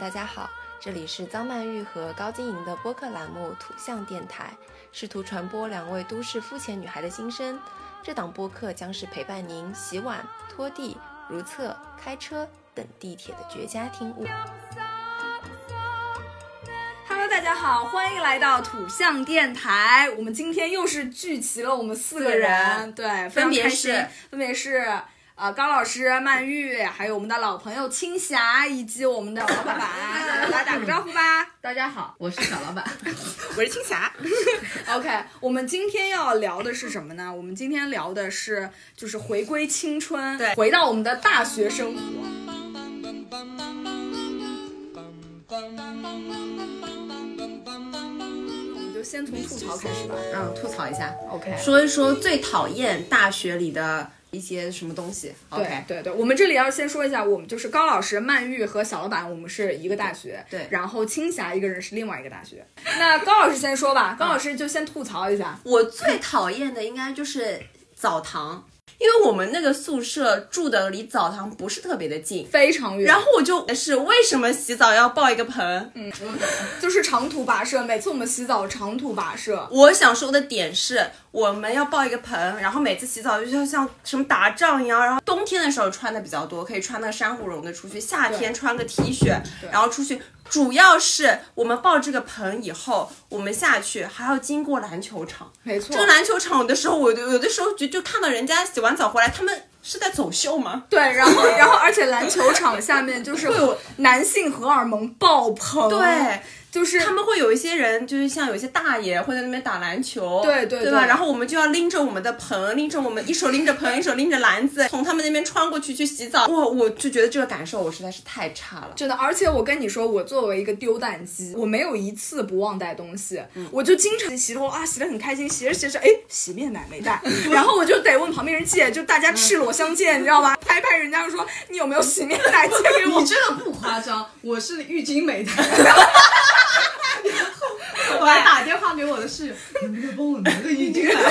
大家好，这里是张曼玉和高晶莹的播客栏目《土象电台》，试图传播两位都市肤浅女孩的心声。这档播客将是陪伴您洗碗、拖地、如厕、开车等地铁的绝佳听物。 Hello，大家好，欢迎来到土象电台。我们今天又是聚齐了我们四个人，对，非常分别开心是分别是呃高老师、曼玉，还有我们的老朋友青霞，以及我们的老 板，大家打个招呼吧。大家好，我是小老板。 我是青霞。OK，我们今天要聊的是什么呢？我们今天聊的是就是回归青春，对，回到我们的大学生活。我们就先从吐槽开始吧。嗯，吐槽一下， OK，说一说最讨厌大学里的一些什么东西。对 OK，对对，我们这里要先说一下，我们就是高老师、曼玉和小老板，我们是一个大学，对对然后青霞一个人是另外一个大学。那高老师先说吧，高老师就先吐槽一下。我最讨厌的应该就是澡堂，因为我们那个宿舍住的离澡堂不是特别的近。非常远，然后我就是为什么洗澡要抱一个盆？嗯就是长途跋涉，每次我们洗澡长途跋涉，我想说的点是，我们要抱一个盆，然后每次洗澡就像像什么打仗一样。然后冬天的时候穿的比较多，可以穿那个珊瑚绒的出去；夏天穿个 T 恤，然后出去。主要是我们抱这个盆以后，我们下去还要经过篮球场。没错这个篮球场，有的时候我就有的时候就就看到人家洗完澡回来，他们是在走秀吗？对，然后然后而且篮球场下面就是会有男性荷尔蒙爆棚，对，就是他们会有一些人，就是像有一些大爷会在那边打篮球，对对对对吧？然后我们就要拎着我们的盆，拎着我们一手拎着盆，一手拎着篮 子，从他们那边穿过去去洗澡。哇，我就觉得这个感受我实在是太差了。真的，而且我跟你说，我作为一个丢蛋机，我没有一次不忘带东西，嗯我就经常洗头啊，洗得很开心，洗着洗着，哎，洗面奶没 带，然后我就得问旁边人借，就大家赤裸相见，你知道吧？拍拍人家就说你有没有洗面奶借给我 你？这个不夸张，我是浴巾没带。我还打电话给我的室 友，能不能帮我拿个浴巾来？然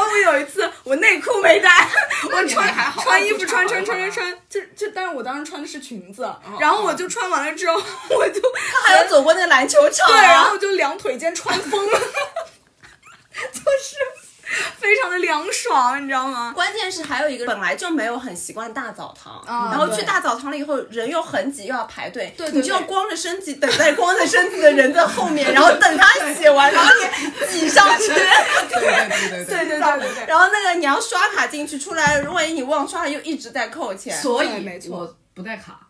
哦后我有一次我内裤没 带，我穿还好穿衣服不穿差哦穿穿穿穿，就就，但是我当时穿的是裙子，然后我就穿完了之后， 我就还有走过那个篮球场、啊对，然后就两腿间穿风了， 就是非常的凉爽，你知道吗？关键是还有一个本来就没有很习惯大澡堂，啊然后对去大澡堂了以后人又很挤，又要排队，对对你就要对光着身体等在光着身体的人在后面，然后等他洗完，然后你挤上去。 对对对对对对对对对。然后那个你要刷卡进去，出来万一你忘刷了，又一直在扣钱。 所对以没错我不带卡，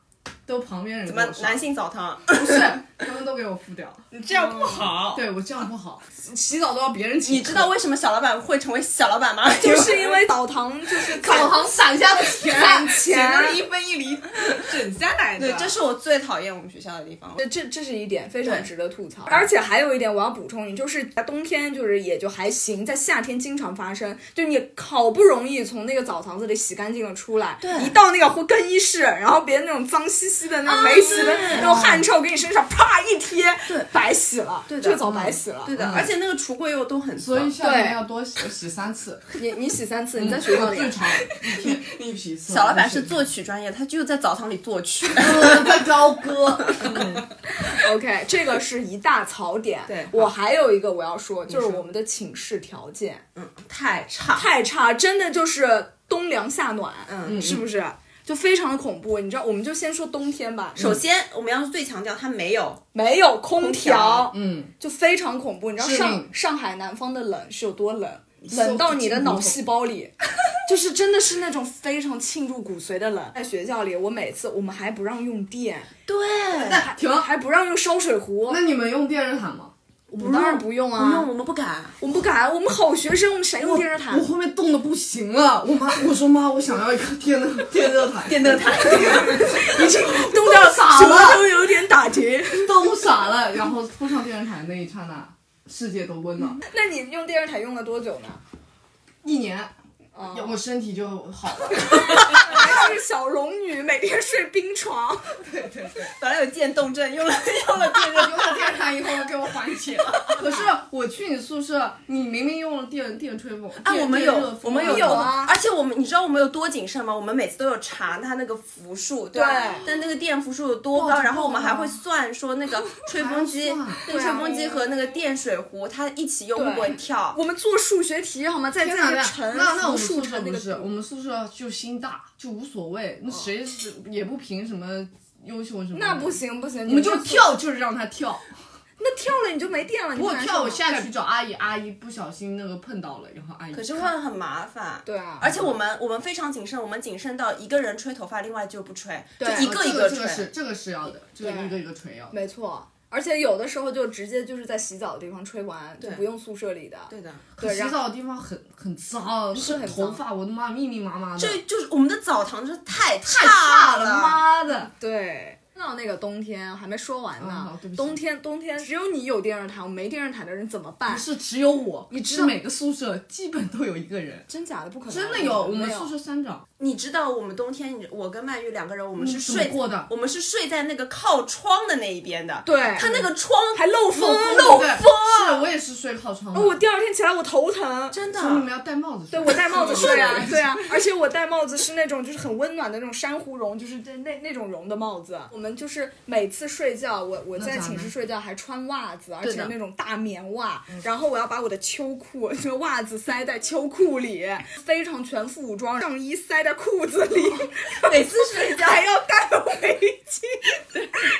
都旁边人什怎么 男性澡堂？不是， 他们都给我付掉。你这样不好。对我这样不好，洗澡都要别人请客。你知道为什么小老板会成为小老板吗？ 就是因为澡堂就是澡堂伞下的攒钱，钱不是一分一厘省下来的。对，这是我最讨厌我们学校的地方。这这这是一点非常对值得吐槽，而且还有一点我要补充一，就是在冬天就是也就还行，在夏天经常发生，就你好不容易从那个澡堂子里洗干净了出来，对一到那个更衣室，然后别人那种脏兮兮的那种没洗的那种汗臭给你身上啪一贴，对白洗了，对的这个澡白洗了。对的，嗯而且那个橱柜又都很所以脏。夏天对要多 洗洗三次。你你洗三次，你在学校里最长一天 一批次。小老板是作曲专业，他就在澡堂里作 曲。呃在高歌。 OK，这个是一大槽点。对我还有一个我要说，就是我们的寝室条件。嗯，太差。太差，真的就是冬凉夏暖，嗯，是不是？就非常的恐怖，你知道，我们就先说冬天吧，首先，我们要最强调它没有。没有空调嗯，就非常恐怖。你知道致上命上海南方的冷是有多冷，冷到你的脑细胞里， 就是真的是那种非常沁入骨髓的冷。在学校里，我每次我们还不让用电，对，还停还不让用烧水壶那，你们用电热毯吗？我们当然不用不用，啊，我们不敢。我们不敢，我们好学生，我们谁用电热我毯？后面冻得不行了，我妈我说妈，我想要一个 电热电热毯，电热毯，已经冻到傻什么了都有点打结。冻傻了。然后铺上电热毯那一刹那，世界都温暖。那你用电热毯用了多久呢？一年嗯要我身体就好了。 是小龙女，每天睡冰床。 本来有渐冻症，用了用了电热用了电毯以后给我缓解了。可是我去你宿舍，你明明用了电电吹风，啊，电我们电热有风，我们有有啊而且我们，你知道我们有多谨慎吗？我们每次都有查它那个伏数，对吧对但那个电伏数有多高，哇然后我们这么还高啊会算说那个吹风机，还要算那个吹风机和那个电水壶它一起用会不会跳？我们做数学题好吗？在天在哪！那那个乘那那复我们数宿舍乘那不个是，我们宿舍就心大，就无所谓，哦那谁是也不评什么优秀什么。那不，行不行，我们就那跳，就是让他跳。那跳了你就没电了，你我不难跳，受我吗下去找阿姨，阿姨不小心那个碰到了，然后阿姨。可是会很麻烦。对啊而且我们我们非常谨慎，我们谨慎到一个人吹头发，另外就不吹，就对一个一个这吹。个是这个是要的，这个对一个一个锤要的。没错。而且有的时候就直接就是在洗澡的地方吹完，就不用宿舍里的。对的，可对，洗然后澡的地方很很脏，是很脏头发我的妈密密麻麻的，这就是我们的澡堂真是太太差了，妈的！对。哦那那个冬天还没说完啊呢好对不，起冬天冬天只有你有电热毯，我没电热毯的人怎么办不？是只有我，你知是道每个宿舍基本都有一个人，真假的不可能，真的有。我们没宿舍三长，你知道我们冬天，你我跟曼玉两个人，我们是怎么睡过的我们是睡在那个靠窗的那一边的。对它那个窗还漏风漏漏风风。是我也是睡靠窗的。我第二天起来我头疼，真的所以你们要戴帽子睡。对，我戴帽子睡啊，对啊，而且我戴帽子是那种就是很温暖的那种珊瑚绒，就是那那那种绒的帽子。啊我们就是每次睡觉，我我在咋寝室呢睡觉还穿袜子，而对且的那种大棉袜，然后我要把我的秋裤，就袜子塞在秋裤里，非常全副武装，上衣塞在裤子里，每次睡 觉，还要戴围巾，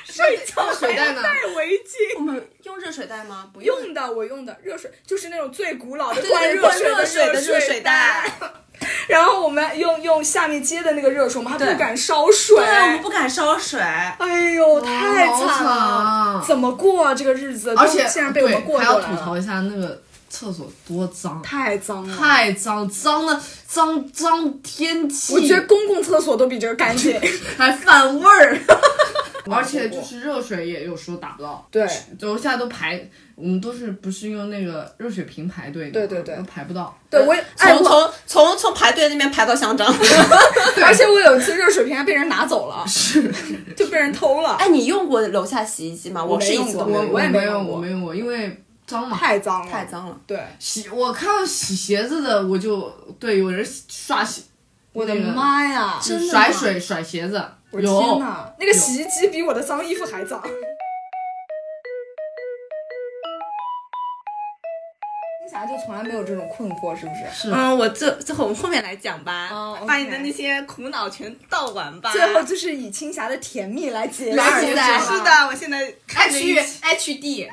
睡觉那还水袋要呢戴围巾。我们用热水袋吗？不用，用的我用的热水就是那种最古老的啊对灌对，热灌水热水的的热水水袋。袋。然后我们用用下面接的那个热水，我们还对不敢烧水。对，我们不敢烧 水。哎呦，太好惨惨了！怎么过啊这个日子？而且都竟然被我们对过还过要来吐槽了，一下那个厕所多脏，太脏了。太脏，脏了脏脏天气，我觉得公共厕所都比这个干 净。还反味儿。 而且就是热水也有时候打不到，对，楼下都排，我们都是不是用那个热水瓶排队的，对对对都排不到。对我也哎 从我，从从从排队那边排到香樟。而且我有一次热水瓶还被人拿走了，是，就被人偷了， 哎，你用过楼下洗衣机吗？我是一次都没我有我用我也没没用过我没用过，因为脏嘛。太脏了，太。脏了。对，洗我看到洗鞋子的，我就对有人刷洗，我的那个妈呀！真的吗甩水甩鞋子，我的天有哪，那个洗衣机比我的脏衣服还脏。金霞就从来没有这种困惑，是不是？是嗯，我这这我们后面来讲吧，哦，OK 把你的那些苦恼全倒完吧。 最后就是以青霞的甜蜜来结来结束束吧是的，我现在哎看着一 H D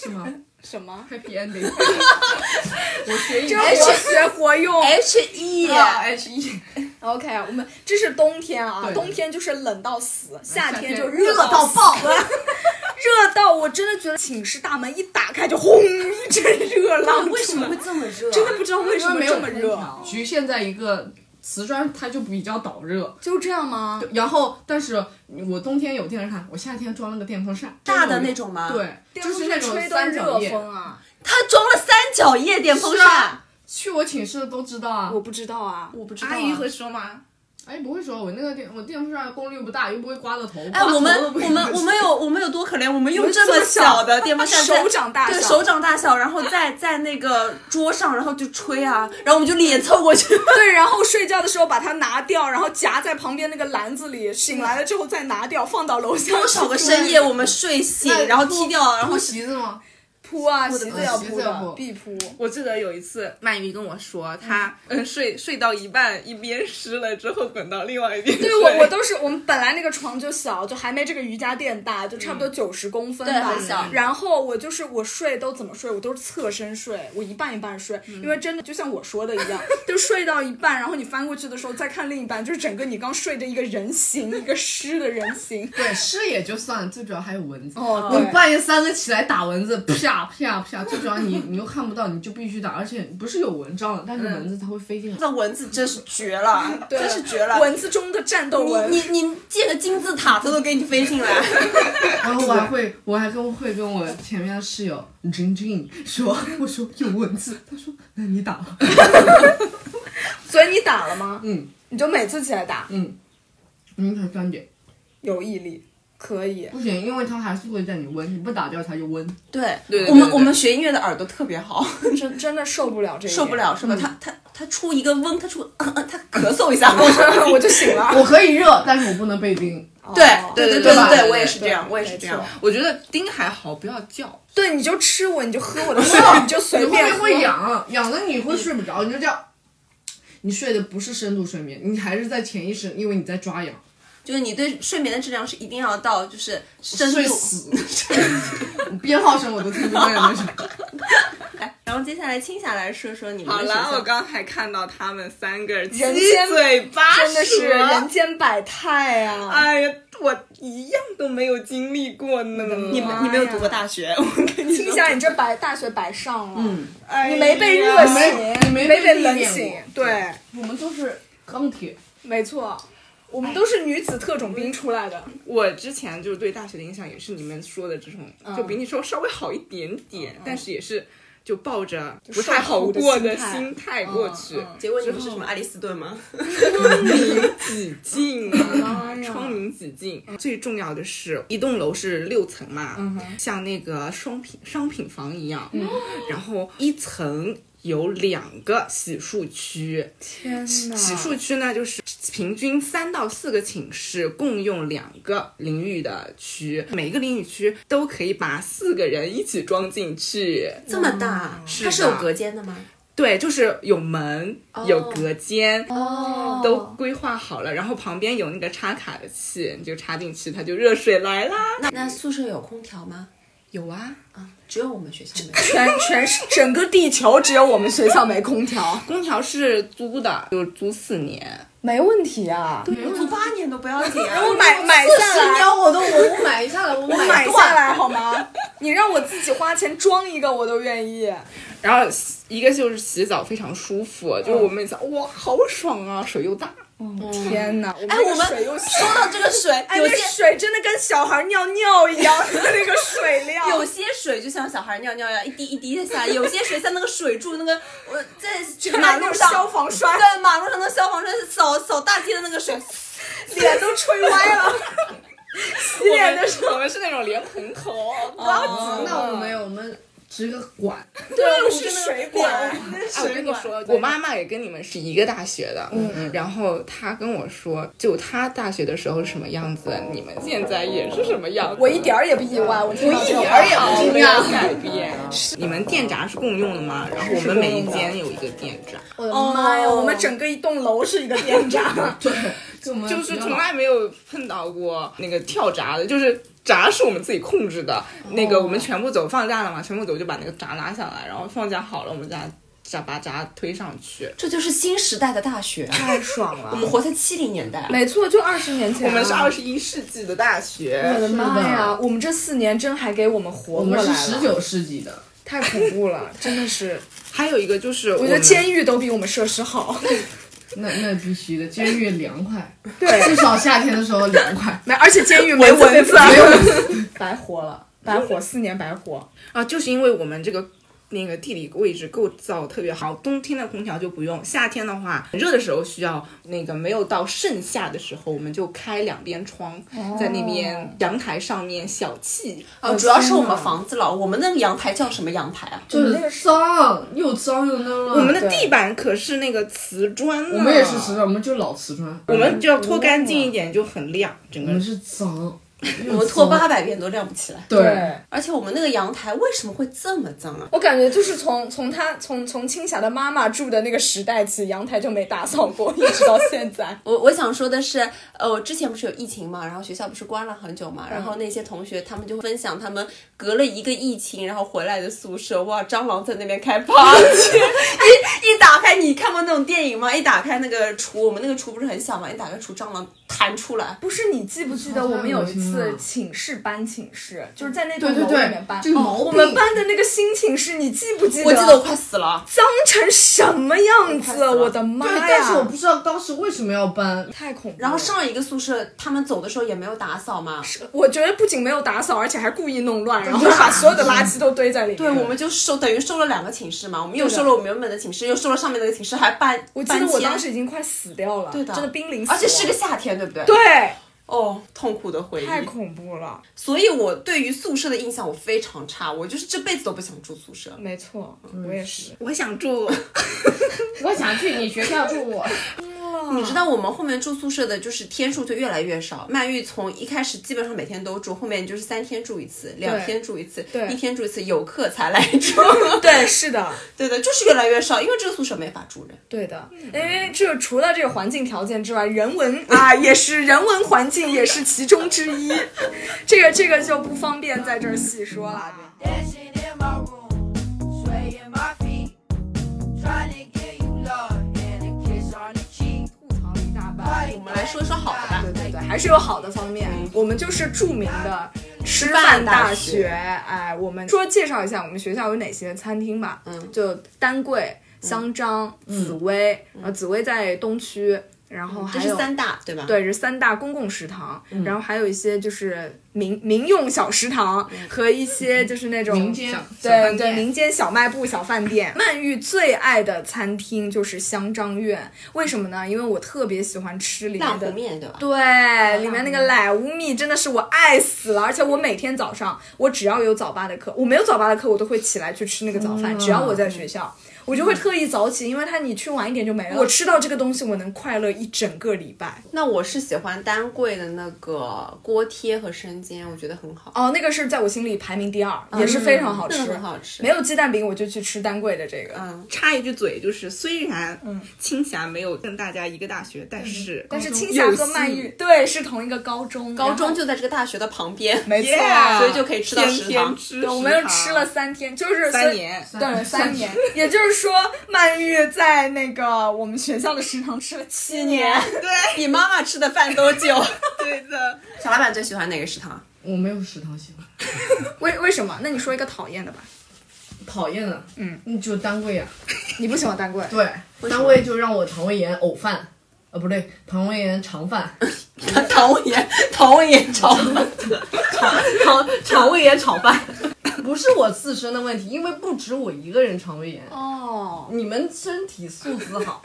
是 吗什么？？Happy ending，我学这活学活用。哦哎 H E， H E， OK，我们这是冬天啊，对冬天就是冷到死，夏夏天天就到到死，热到我真的觉得寝室大门一打开就轰一阵热浪，为什么会这么热？真的不知道为为什么没有这么热空，调局限在一个瓷砖，它就比较导热。就这样吗？然后，但是我冬天有电热毯，我夏天装了个电风扇，大的那种吗？，对，电就风是扇那种吹的三角热叶。风啊！它装了三角叶电风是扇啊。去我寝室的都知道啊我，不知道啊，我不知道啊说吗？哎，不会说我那个电我电风扇功率不大，又不会刮到头。哎，刮我们头都不会我们我们有我们有多可怜？我们我用们这这么么小小的电风扇在，手掌大对小手掌大小，然后在在那个桌上，然后就吹啊，然后我们就脸凑过去，对，然后睡觉的时候把它拿掉，然后夹在旁边那个篮子里，醒来了之后再拿掉，放到楼下。多少个深夜我们睡那醒，然后踢 掉，啊然后不席子吗？铺啊，的席妈子要席铺子要的铺，必铺。我记得有一次，曼玉跟我说，她嗯睡睡到一半，一边湿了之后滚到另外一边睡。对我， 我都是我们本来那个床就小，就还没这个瑜伽垫大，就差不多九十公分对吧。很小然后我就是我睡都怎么睡，我都是侧身睡，我一半一半睡，因为真的就像我说的一样，就睡到一半，然后你翻过去的时候再看另一半，就是整个你刚睡的一个人形，一个湿的人形。对，湿也就算了，最主要还有蚊子。哦，你对。半夜三更起来打蚊子，啪啪啪，最主要你你又看不到，你就必须打，而且不是有蚊帐了，嗯但是蚊子它会飞进来。这蚊子真是绝了，对真是绝了。蚊子中的战斗蚊，你你你建个金字塔，它都给你飞进来。然后我还会，我还跟会跟我前面的室友 晶晶说，我说有蚊子，他说那你打吧。所以你打了吗？嗯你就每次起来打，凌晨三点嗯有毅力，可以。不行，因为它还是会在你温，你不打掉它就温。对，对对我们对我们学音乐的耳朵特别好，真真的受不了这一受不点，了是吧？他他他出一个嗡，他出嗯嗯他咳嗽一下，我说 我就醒了。我可以热，但是我不能被冰。对哦对对对吧对，对我也是对这样，我也是没这样错。我觉得叮还好，不要叫。对，你就吃我，你就喝我的水，你就你随后便面喝。会痒，痒了你会睡不着，你就这样。你睡的不是深度睡眠，你还是在潜意识，因为你在抓痒， 就是你对睡眠的质量是一定要到就是深睡度。死。鞭炮声我都听不见那种。来，哎然后接下来亲下来说说你们好的学了，我校。刚才看到他们三个七间嘴八舌，真的是人间百态啊！哎呀，我一样都没有经历过呢。你妈们呀你没有读过大学， 我跟你听一说，下，你这白大学白上了，嗯哎呀你没被热醒，你没没你没被被历冷练醒，过对，我们都是钢铁，没错，我们都是女子特种兵出来的。我之前就是对大学的印象也是你们说的这种，就比你说稍微好一点点，但是也是就抱着不太好过的心态过去，结果你们是什么爱丽斯顿吗？几进嗯啊，哎窗明几净。最重要的是，一栋楼是六层嘛，嗯像那个双品商品房一样，然后一层。有两个洗漱区，天哪！洗漱区呢，就是平均三到四个寝室共用两个淋浴的区，每个淋浴区都可以把四个人一起装进去。这么大，嗯它是的有隔间的吗？对，就是有门、有隔间，哦都规划好了，然后旁边有那个插卡的器，你就插进去，它就热水来啦。那那宿舍有空调吗？有啊，只有我们学校没有。全全是整个地球只有我们学校没空调，空调是租的，就租四年。 没问题啊。我读八年都不要紧 啊！我买买下四来，秒我都我我买下来，我我买买下来好吗？你让我自己花钱装一个，我都愿意。然后洗一个就是洗澡非常舒服，就是我每次哇好爽啊，水又大。 嗯天哪！哎，这我个们水又小说到这个水，哎，有那些水真的跟小孩尿尿一样， 那个水量。有些水就像小孩尿尿一样，一滴一滴的下 来；有些水像那个水柱，那个我在马马路路上，消防栓在马路上的消防栓扫扫大街的那个 水，脸都吹歪了，洗脸的时候。我们是那种莲蓬头，啊嗯 哦那我没有，我们植个管，对，是水管，哎，我跟你说，嗯我妈妈也跟你们是一个大学的，然后她跟我说，就她大学的时候是什么样子，你们现在也是什么样子。我一点儿也不意外，我听到这个一点话儿也不惊讶，改变。 你们电闸是共用的吗？然后我们每一间有一个电闸，我的妈妈呀，呀，哦我们整个一栋楼是一个电闸，对，就我们就是从来没有碰到过那个跳闸的，就是。闸是我们自己控制的，那个我们全部走放假了嘛，全部走就把那个闸拉下来，然后放假好了，我们再再把闸推上去。这就是新时代的大学。太爽我了。们活在七零年代，没错，就二十年前啊，我们是二十一世纪的大学，我的妈妈呀呀，，我们这四年真还给我们活我过们来是了，十九世纪的，太恐怖了，真的是，还有一个就是我我觉得们监狱都比我们设施好。那那必须的，监狱凉快， 对，至少夏天的时候 凉快。没，而且监狱没蚊子，没蚊子， 白活了，白活四年白活。啊，就是因为我们这个那个地理位置构造特别好，冬天的空调就不用，夏天的话，热的时候需要那个没有到盛夏的时候，我们就开两边窗，在那边阳台上面小憩。呃哦，主要是我们房子老，我们那个阳台叫什么阳台啊？就那个是脏，又脏又脏。我们的对地板可是那个瓷砖、啊我们也是瓷，砖，我们就老瓷砖，我们就要拖干净一点就很亮，整我个们是脏，我我们拖八百遍都亮不起来。对。，而且我们那个阳台为什么会这么脏啊？。我感觉就是从从他从从青霞的妈妈住的那个时代起，阳台就没打扫过，一直到现在 我我想说的是，呃，我之前不是有疫情嘛，然后学校不是关了很久嘛，然后嗯那些同学他们就分享他们隔了一个疫情然后回来的宿舍，哇，蟑螂在那 边开 party，一一打开，你看过那种电影吗？一打开那个橱，我们那个橱不是很小嘛，一打开橱蟑螂弹出来，不是你记不记得我们有一次次寝室搬寝室，就是在那栋对对楼里对面搬。这个毛我病们搬的那个新寝室，你记不记得？我记得我快死了。脏成什么样子，了我的妈对，呀！但是我不知道当时为什么要搬，太恐怖了。然后上一个宿舍，他们走的时候也没有打扫嘛。我觉得不仅没有打扫，而且还故意弄乱，然后把所有的垃圾都堆在里面。对，我们就收，等于收了两个寝室嘛。我们又的收了我们原本的寝室，又收了上面那个寝室，还搬我记搬得我迁当时已经快死掉了，对的，真的濒临死而亡，且是个夏天，对不对？对。对，哦，痛苦的回忆。太恐怖了，所以，我对于宿舍的印象我非常差，我就是这辈子都不想住宿舍。没错，嗯我也是。 我想住，我想去你学校住。 嗯你知道我们后面住宿舍的，就是天数就越来越少。曼玉从一开始基本上每天都住，后面就是三天住一次，两天住一次，对一天住一次，有课才来 住。对，是的，对的，就是越来越少，因为这个宿舍没法住人。对的，因为这除了这个环境条件之外，人文啊也是人文环境也是其中之一， 这个这个就不方便在这儿细说了。 Dancing in my room, swaying my feet, trying to give you love and a kiss on the cheek. 吐槽了一大半，我我们来说说好的吧。对对对，还是有好的方面。我们就是著名的吃嗯饭饭大大学学，哎，我们说介绍一下我们学校有哪些餐厅吧。嗯，就丹桂、嗯香樟、紫薇，呃，紫薇在东区，然后嗯这还是有。三嗯大，对吧？对，是三大公共食堂，然后还有一些就是民民用小食堂嗯和一些就是那种民间小小饭对对店民间小卖部、小饭店。曼玉最爱的餐厅就是香樟苑，为什么呢？因为我特别喜欢吃里烂面糊的面，对吧？对，里面那个奶乌蜜真的是我爱死了，而且我每天早上，我只要有早八的课，我没有早八的课，我都会起来去吃那个早饭，只要我在学校。我就会特意早起，因为它你去晚一点就没了。我吃到这个东西，我能快乐一整个礼拜。那我是喜欢丹桂的那个锅贴和生煎，我觉得很好。哦，那个是在我心里排名第二，也是非常好吃，那个很好吃没有鸡蛋饼我就去吃丹桂的这个，嗯，插一句嘴，就是虽然青霞没有跟大家一个大学，但是但是青霞和曼玉对是同一个高中，高中然后就在这个大学的旁边，没错 Yeah 所以就可以吃到天食堂天。吃食对，堂，我们又吃了三天，就是三年，对，三年，也就是说，曼玉在那个我们学校的食堂吃了七年。对，啊比妈妈吃的饭都久。对的。 小老板最喜欢哪个食堂？我没有食堂喜欢，为为什么？那你说一个讨厌的吧。讨厌的，嗯，那就单位呀、你不喜欢丹桂？对，什么单位就让我肠胃炎呕饭，呃，不对，肠胃炎肠饭，肠胃炎，肠胃炎炒饭，肠肠胃炎炒饭。不是我自身的问题，因为不止我一个人肠胃炎，哦，你们身体素质好，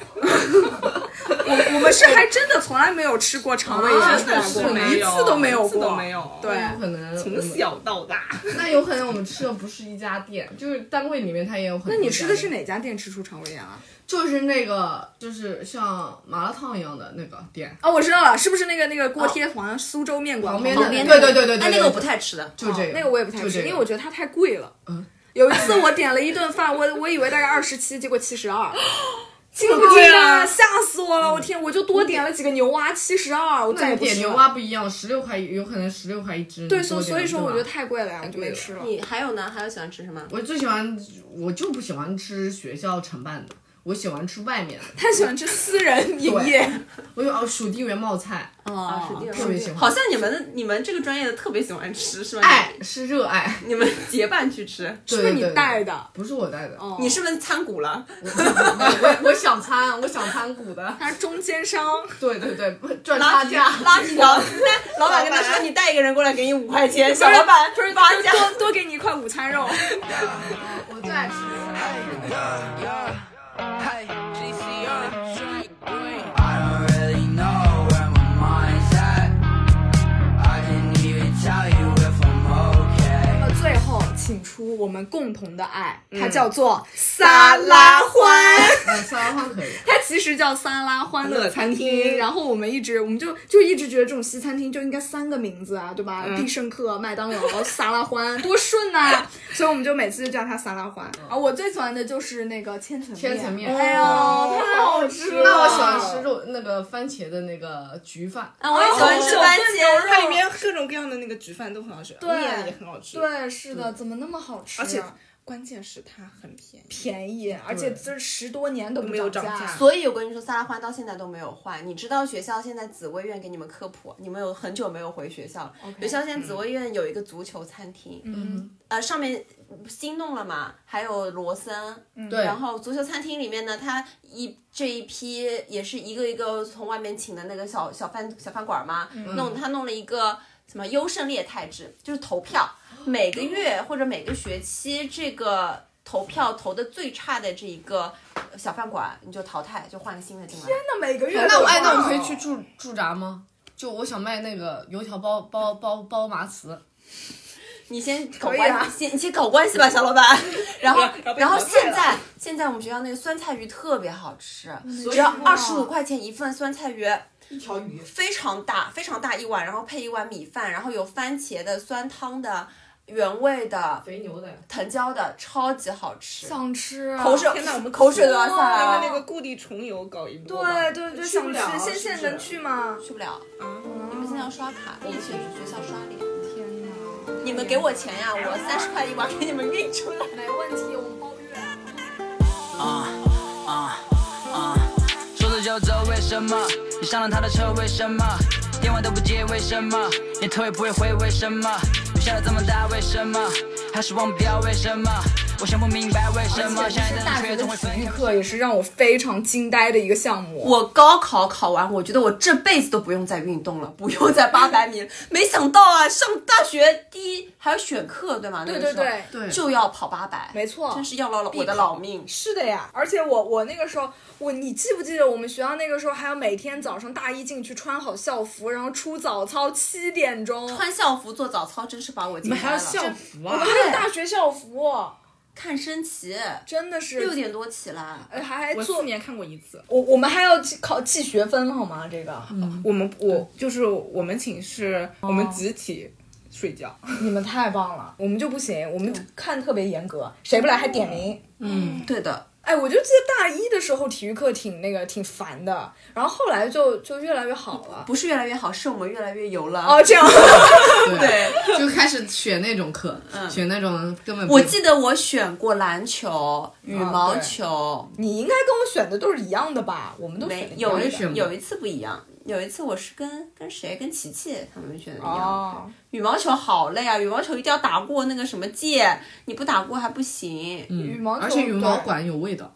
我们是还真的从来没有吃过肠胃炎啊真出来的过，是我们没一有次都没有一次过，都没有对，有可能我从们小到大，那有可能我们吃的不是一家店，就是单位里面它也有很多。那你吃的是？哪家店吃出肠胃炎啊了？就是那个，就是像麻辣烫一样的那个店，哦，我知道了，是不是那个那个锅贴黄苏州面馆旁边的的那那个个对对对对对，哎，那个我不对，太吃的。就这个，哦那个我也不太就吃，这个因为我觉得它太贵了。嗯有一次我点了一顿饭，我我以为大概二十七，结果七十 二，惊不贵惊啊啊？吓死我了！我天，我就多点了几个牛蛙，七十二，我那再你也不点吃牛了。蛙不一样，十六块有可能十六块一只。对，你所多所以点说对吧我觉得太贵了呀，我就贵没了吃了。你还有呢？还有喜欢吃什么？我最喜欢，我就不喜欢吃学校承办的，我喜欢吃外面的。太喜欢吃私人营业我有哦，属地园冒菜，啊特别喜欢好像你们的你们这个专业的特别喜欢吃是吧？爱是热爱，你们结伴去吃，是不是你对对对带的？不是我带的。哦你是不是参股了？我我想参，我想参股的。他是中间商，对对对，不赚拉差几价。拉几条，那老板跟他说你带一个人过来给你五块钱，小老 板不是八多家。多多给你一块午餐肉。我最爱吃。 I don't really know where my mind's at. I didn't even tell you if I'm okay. 那最后，请出我们共同的爱，它叫做撒拉欢。嗯，沙拉饭可以。它其实叫三拉欢乐餐欢乐餐厅嗯厅，然后我们一直我们就就一直觉得这种西餐厅就应该三个名字啊，对吧？嗯必胜客、麦当劳、 撒拉欢，多顺呐、 所以我们就每次就叫它撒拉欢。啊，我最喜欢的就是那个千层嗯千层面哦哎呦，太好吃了！那我喜欢吃哦肉那个番茄的那个焗饭，啊，我也喜欢吃番茄它肉。里面各种各样的那个焗饭都很好吃，面也很好吃。对，是的，怎么那么好吃？啊而且关键是它很便宜，便宜，而且这十多年都没有涨涨价所以我跟你说，萨拉欢到现在都没有换。你知道学校现在紫薇院给你们科普，你们有很久没有回学校了。学校现在紫薇院有一个足球餐厅，嗯，呃，上面新弄了嘛，还有罗森，对然后足球餐厅里面呢，它一这一批也是一个一个从外面请的那个小小饭小饭馆嘛，弄他弄了一个什么优胜劣汰制，就是投票，每个月或者每个学期这个投票投的最差的这一个小饭馆，你就淘汰，就换个新的进来。那每个月那我哎，爱那我可以去驻驻扎吗？就我想卖那个油条包包包包麻糍，你先搞可以关系，啊先你先搞关系吧，小老板。然后，然后被然后淘汰现在现在我们学校那个酸菜鱼特别好吃，只要二十五块钱一份酸菜鱼，一条鱼。非常大非常大一碗，然后配一碗米饭，然后有番茄的、酸汤的、原味的、肥牛的，藤椒的，超级好吃。想吃啊口水， 天哪我们口水都要下那来个那了。个故地重游搞一波吧，对对对，去不想了吃，是现现不是能去吗？去不了，啊，你们现在要刷卡，我们去学校刷脸。天哪，你们给我钱呀，我三十块一碗给你们运出来。没问题，我们包月。Uh, 说走 uh. 就走，为什么？你上了他的车，为什么？电话都不接，为什么？连头也不会回，为什么？雨下的这么大，为什么？还是忘不掉，为什么？我想不明白，为什么？下一站的车总会分体育课也是让我非常惊呆的一个项目。我高考考完，我觉得我这辈子都不用再运动了，不用再八百米了。没想到啊，上大学第一还要选课，对吗？对那个时候对对对就要跑八百，没错真是要了我的必考老命。是的呀，而且我我那个时候，我你记不记得我们学校那个时候还要每天早上大一进去穿好校服，然后出早操七点钟，穿校服做早操，真是把我你惊们呆还了。要校服我啊们？还有大学校服，看升旗，真的是六点多起来。呃还还我做四年看过一次，我我们还要去考记学分好吗？这个、嗯我们我就是我们寝室我哦们集体睡觉， 你们太棒了，我们就不行，我们看特别严格，谁不来还点嗯名。对的，哎，我就记得大一的时候体育课挺那个挺烦的，然后后来就就越来越好了。不是越来越好，是我们越来越油了。哦，这样，对，就开始选那种课，选那种根本不我记得我选过篮球、羽毛球，你应该跟我选的都是一样的吧？我们都选没的一样有的一一选不有一次不一样，有一次我是跟跟谁跟琪琪他们选的一样。哦，羽毛球好累啊，羽毛球一定要打过那个什么界，你不打过还不行。嗯羽毛球，而且羽毛对管有味道，，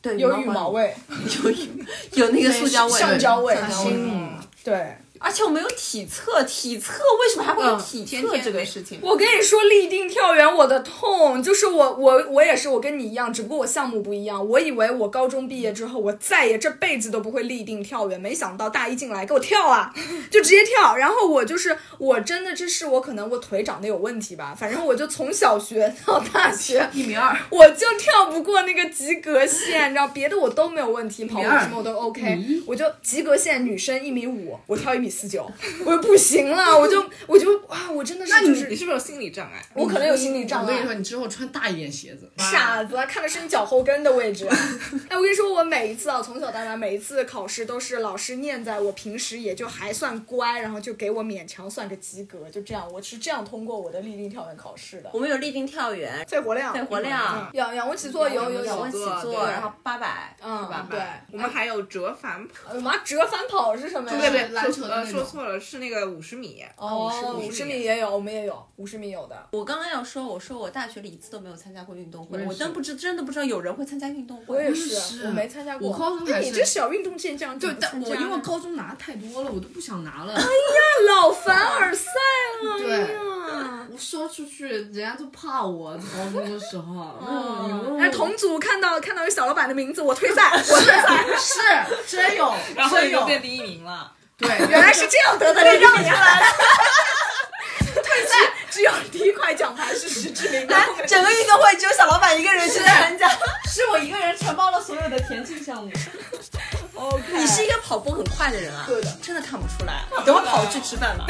对，有羽羽毛毛味、 有羽有那个塑胶味，橡胶味、橡胶味嗯，对。而且我们有体测，体测为什么还会有嗯体测这个事 情？我跟你说，立定跳远我的痛，就是我我我也是，我跟你一样，只不过我项目不一样。我以为我高中毕业之后，我再也这辈子都不会立定跳远，没想到大一进来给我跳啊，就直接跳。然后我就是，我真的这是我可能我腿长得有问题吧，反正我就从小学到大学 一米二，我就跳不过那个及格线，你知道，别的我都没有问题，跑步什么我都嗯 OK，我就及格线女生一米五，我跳一米四九，我就不行了，我就我就啊，我真的是那你就是你是不是有心理障碍？嗯我可能有心理障我跟你碍说，。你之后穿大一点鞋 子，傻子，看的是你脚后跟的位置。 哎，我跟你说，我每一次啊，从小到大每一次考试都是老师念在我平时也就还算乖，然后就给我勉强算个及格，就这样，我是这样通过我的立定跳远考试的我。们有立定跳远、肺活量，嗯肺活嗯量、仰仰卧起坐有有仰有卧，起对坐，然后八百，嗯是吧？对，我们还有折返跑，呃妈折返跑是什么对不呀？对？篮球说的那呃种说错了，是那个五十米。哦， 50五十米也有，我们也有五十米有的。我刚刚要说，我说我大学里一次都没有参加过运动我会，也是我真不知真的不知道有人会参加运动我也会。是，是我没参加过。我高中那还你是这小运动健将就对，但我因为高高中拿太多了，我都不想拿了。老凡尔赛啊了。对，我说出去，人家都怕我。高中的时候，嗯哎，同组看到看到有小老板的名字，我退 赛，我退赛。是真有，然后真你就有，变第一名了，对，原来是这样得的，被让出来了。 退赛，只有第一块奖牌是实至名归。 整个运动会只有小老板一个人去参加， 是我一个人承包了所有的田径项目。你是一个跑步很快的人啊，对的真的看不出来。等会跑去吃饭吧。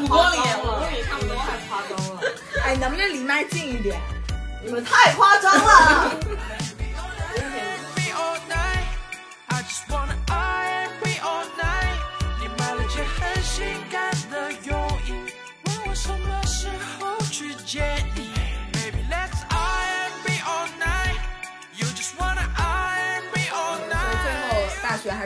五光里我跟你差不多，太夸张了。哎，能不能离麦近一点？你们太夸张了。 me all night. I just wanna iron me all night. 你买了件很性感的泳衣，问我什么时候去接你。每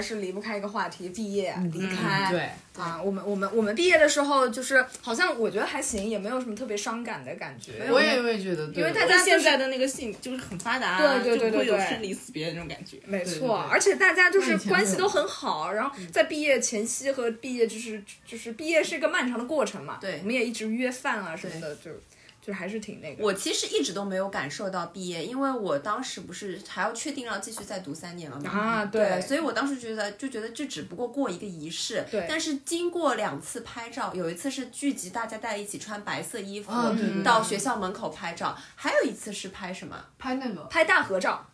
是离不开一个话题，毕业离开。嗯对。啊，我们我们我们毕业的时候，就是好像我觉得还行，也没有什么特别伤感的感觉。我也会觉得，对因为大我家现就是在的那个性就是很发达，对对对就不会对有对生离死别的那种感觉。没对对错，而且大家就是以前关会系有嗯都很好，然后在毕业前夕和毕业就是就是毕业是一个漫长的过程嘛，对我们也一直约饭啊什么的，就就还是挺那个。我其实一直都没有感受到毕业，因为我当时不是还要确定要继续再读三年了嘛。啊，对，对，所以我当时觉得就觉得这只不过过一个仪式，对但是经过两次拍照，有一次是聚集大家在一起穿白色衣服、啊对对到学校门口拍照，还有一次是拍什么？拍那个拍大合照，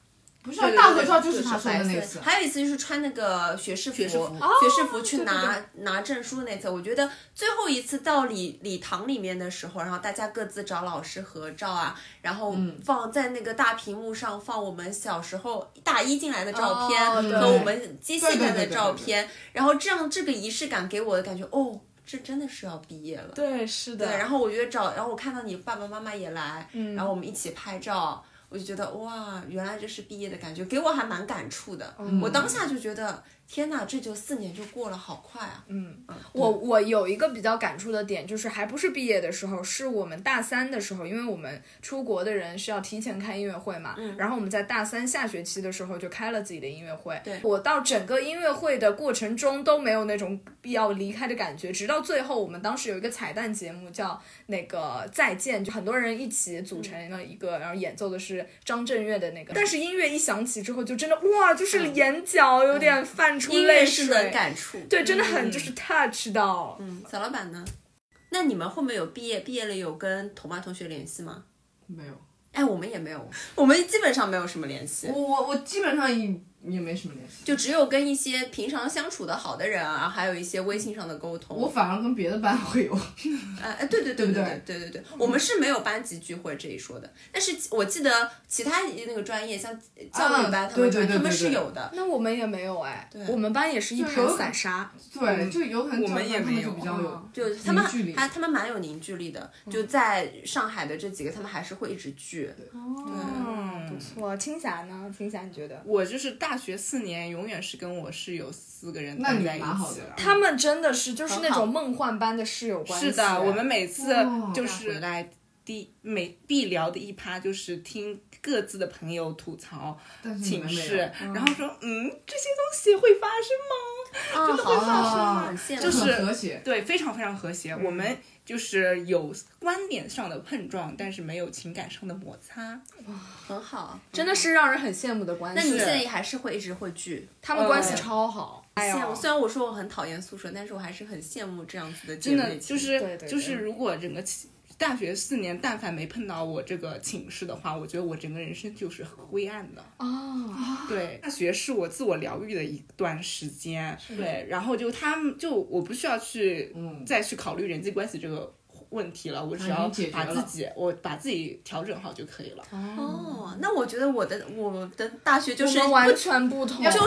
不是啊大合照，就是他说的那白次色，。还有一次就是穿那个学士服，学士服哦士服去拿拿证书那次，我觉得最后一次到礼礼堂里面的时候，然后大家各自找老师合照啊，然后嗯放在那个大屏幕上放我们小时候大一进来的照片哦对和我们接下来对对对的对照片，然后这样这个仪式感给我的感觉，哦，这真的是要毕业了。对，是的对，然后我觉得找，然后我看到你爸爸妈妈也来，然后我们一起拍照，我就觉得哇，原来这是毕业的感觉，给我还蛮感触的。我当下就觉得，天哪，这就四年就过了，好快啊！我我有一个比较感触的点，就是还不是毕业的时候，是我们大三的时候，因为我们出国的人是要提前开音乐会嘛，然后我们在大三下学期的时候就开了自己的音乐会。对我到整个音乐会的过程中都没有那种必要离开的感觉，直到最后，我们当时有一个彩蛋节目叫那个再见，就很多人一起组成了一个，然后演奏的是张震岳的那个，但嗯是音乐一响起之后，就真的哇，就是眼角有点泛出音泪乐是能水。感触。对，真的很就是 touch 到，嗯，小老板呢？那你们后面有毕业，毕业了有跟同班同学联系吗？没有，哎，我们也没有，我们基本上没有什么联系我，我我基本上也也没什么联系，就只有跟一些平常相处的好的人啊，还有一些微信上的沟通。我反而跟别的班会有。哎哎，对对对对不对对对对对，我们是没有班级聚会这一说的，但是我记得其他那个专业，像教育班他们对对对对他们对是有的。那我们也没有哎，我们班也是一就盘有散沙。 对，就有可能我们也他们没有就比较有嗯，就他们凝聚力还他们蛮有凝聚力的，就在上海的这几个，他们还是会一直聚。嗯，不错。青霞呢？青霞你觉得？我就是大学四年，永远是跟我室友四个人那待你在一蛮好起的他们真的是就是那种梦幻般的室友关系。是的，我们每次哦就是回来第每必聊的一趴就是听各自的朋友吐槽但是你寝们嗯没室有。，然后说嗯这些东西会发生吗？啊，好啊好羡慕就是很和谐，对，非常非常和谐。我们就是有观点上的碰撞，但是没有情感上的摩擦。很好。真的是让人很羡慕的关系。那你现在还是会一直会聚？他们关系超好，哎羡呀慕。，虽然我说我很讨厌宿舍，但是我还是很羡慕这样子的姐真妹的情。就是对对就是，如果整个寝大学四年，但凡没碰到我这个寝室的话，我觉得我整个人生就是很灰暗的。哦，对，大学是我自我疗愈的一段时间。对，然后就他们就我不需要去嗯，再去考虑人际关系这个问题了，我只啊要已经解决把自了己我把自己调整好就可以了。哦，那我觉得我的我的大学就我是们完全不同，就是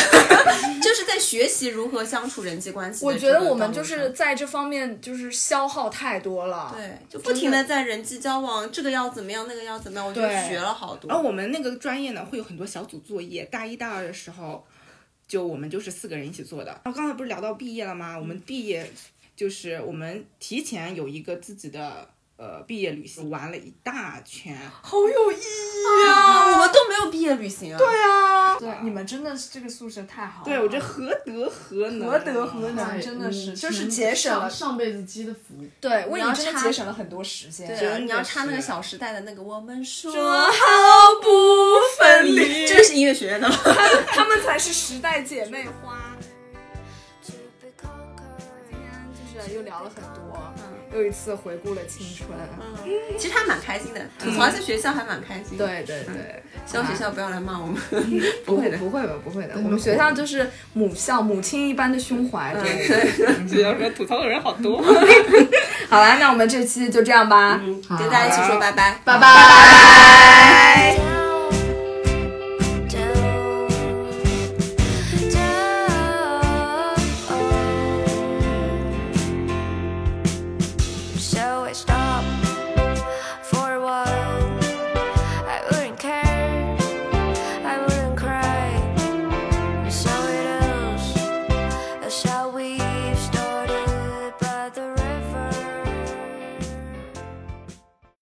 就是在学习如何相处人际关系的我这觉个道路上。得我们就是在这方面就是消耗太多了。对，就不停真的的在人际交往，这个要怎么样，那个要怎么样，我就对学了好多。然后我们那个专业呢，会有很多小组作业，大一大二的时候，就我们就是四个人一起做的。然后刚才不是聊到毕业了吗？我们毕业就是我们提前有一个自己的。呃，毕业旅行玩了一大圈，好有意义啊，我啊！们都没有毕业旅行啊。对，对啊，对，你们真的是这个宿舍太好了。对我觉得何德何能，啊何德何 能哎真的是嗯就是上节省了上辈子积的福。对，为你要你真的插节省了很多时间。对啊，真你的要插那个《是小时代》的那个我们说，好不分离，这个是音乐学院的吗？ 他们才是时代姐妹花。今天就是又聊了很多，又一次回顾了青春。其实还蛮开心的，吐槽一下学校还蛮开心。，嗯对对对，啊希望学校不要来骂我们。不会的，不会吧，不会的。嗯我们学校就是母校，母亲一般的胸怀。对，只要说吐槽的人好多。好啦，那我们这期就这样吧，跟大家一起说拜拜，拜拜拜。拜。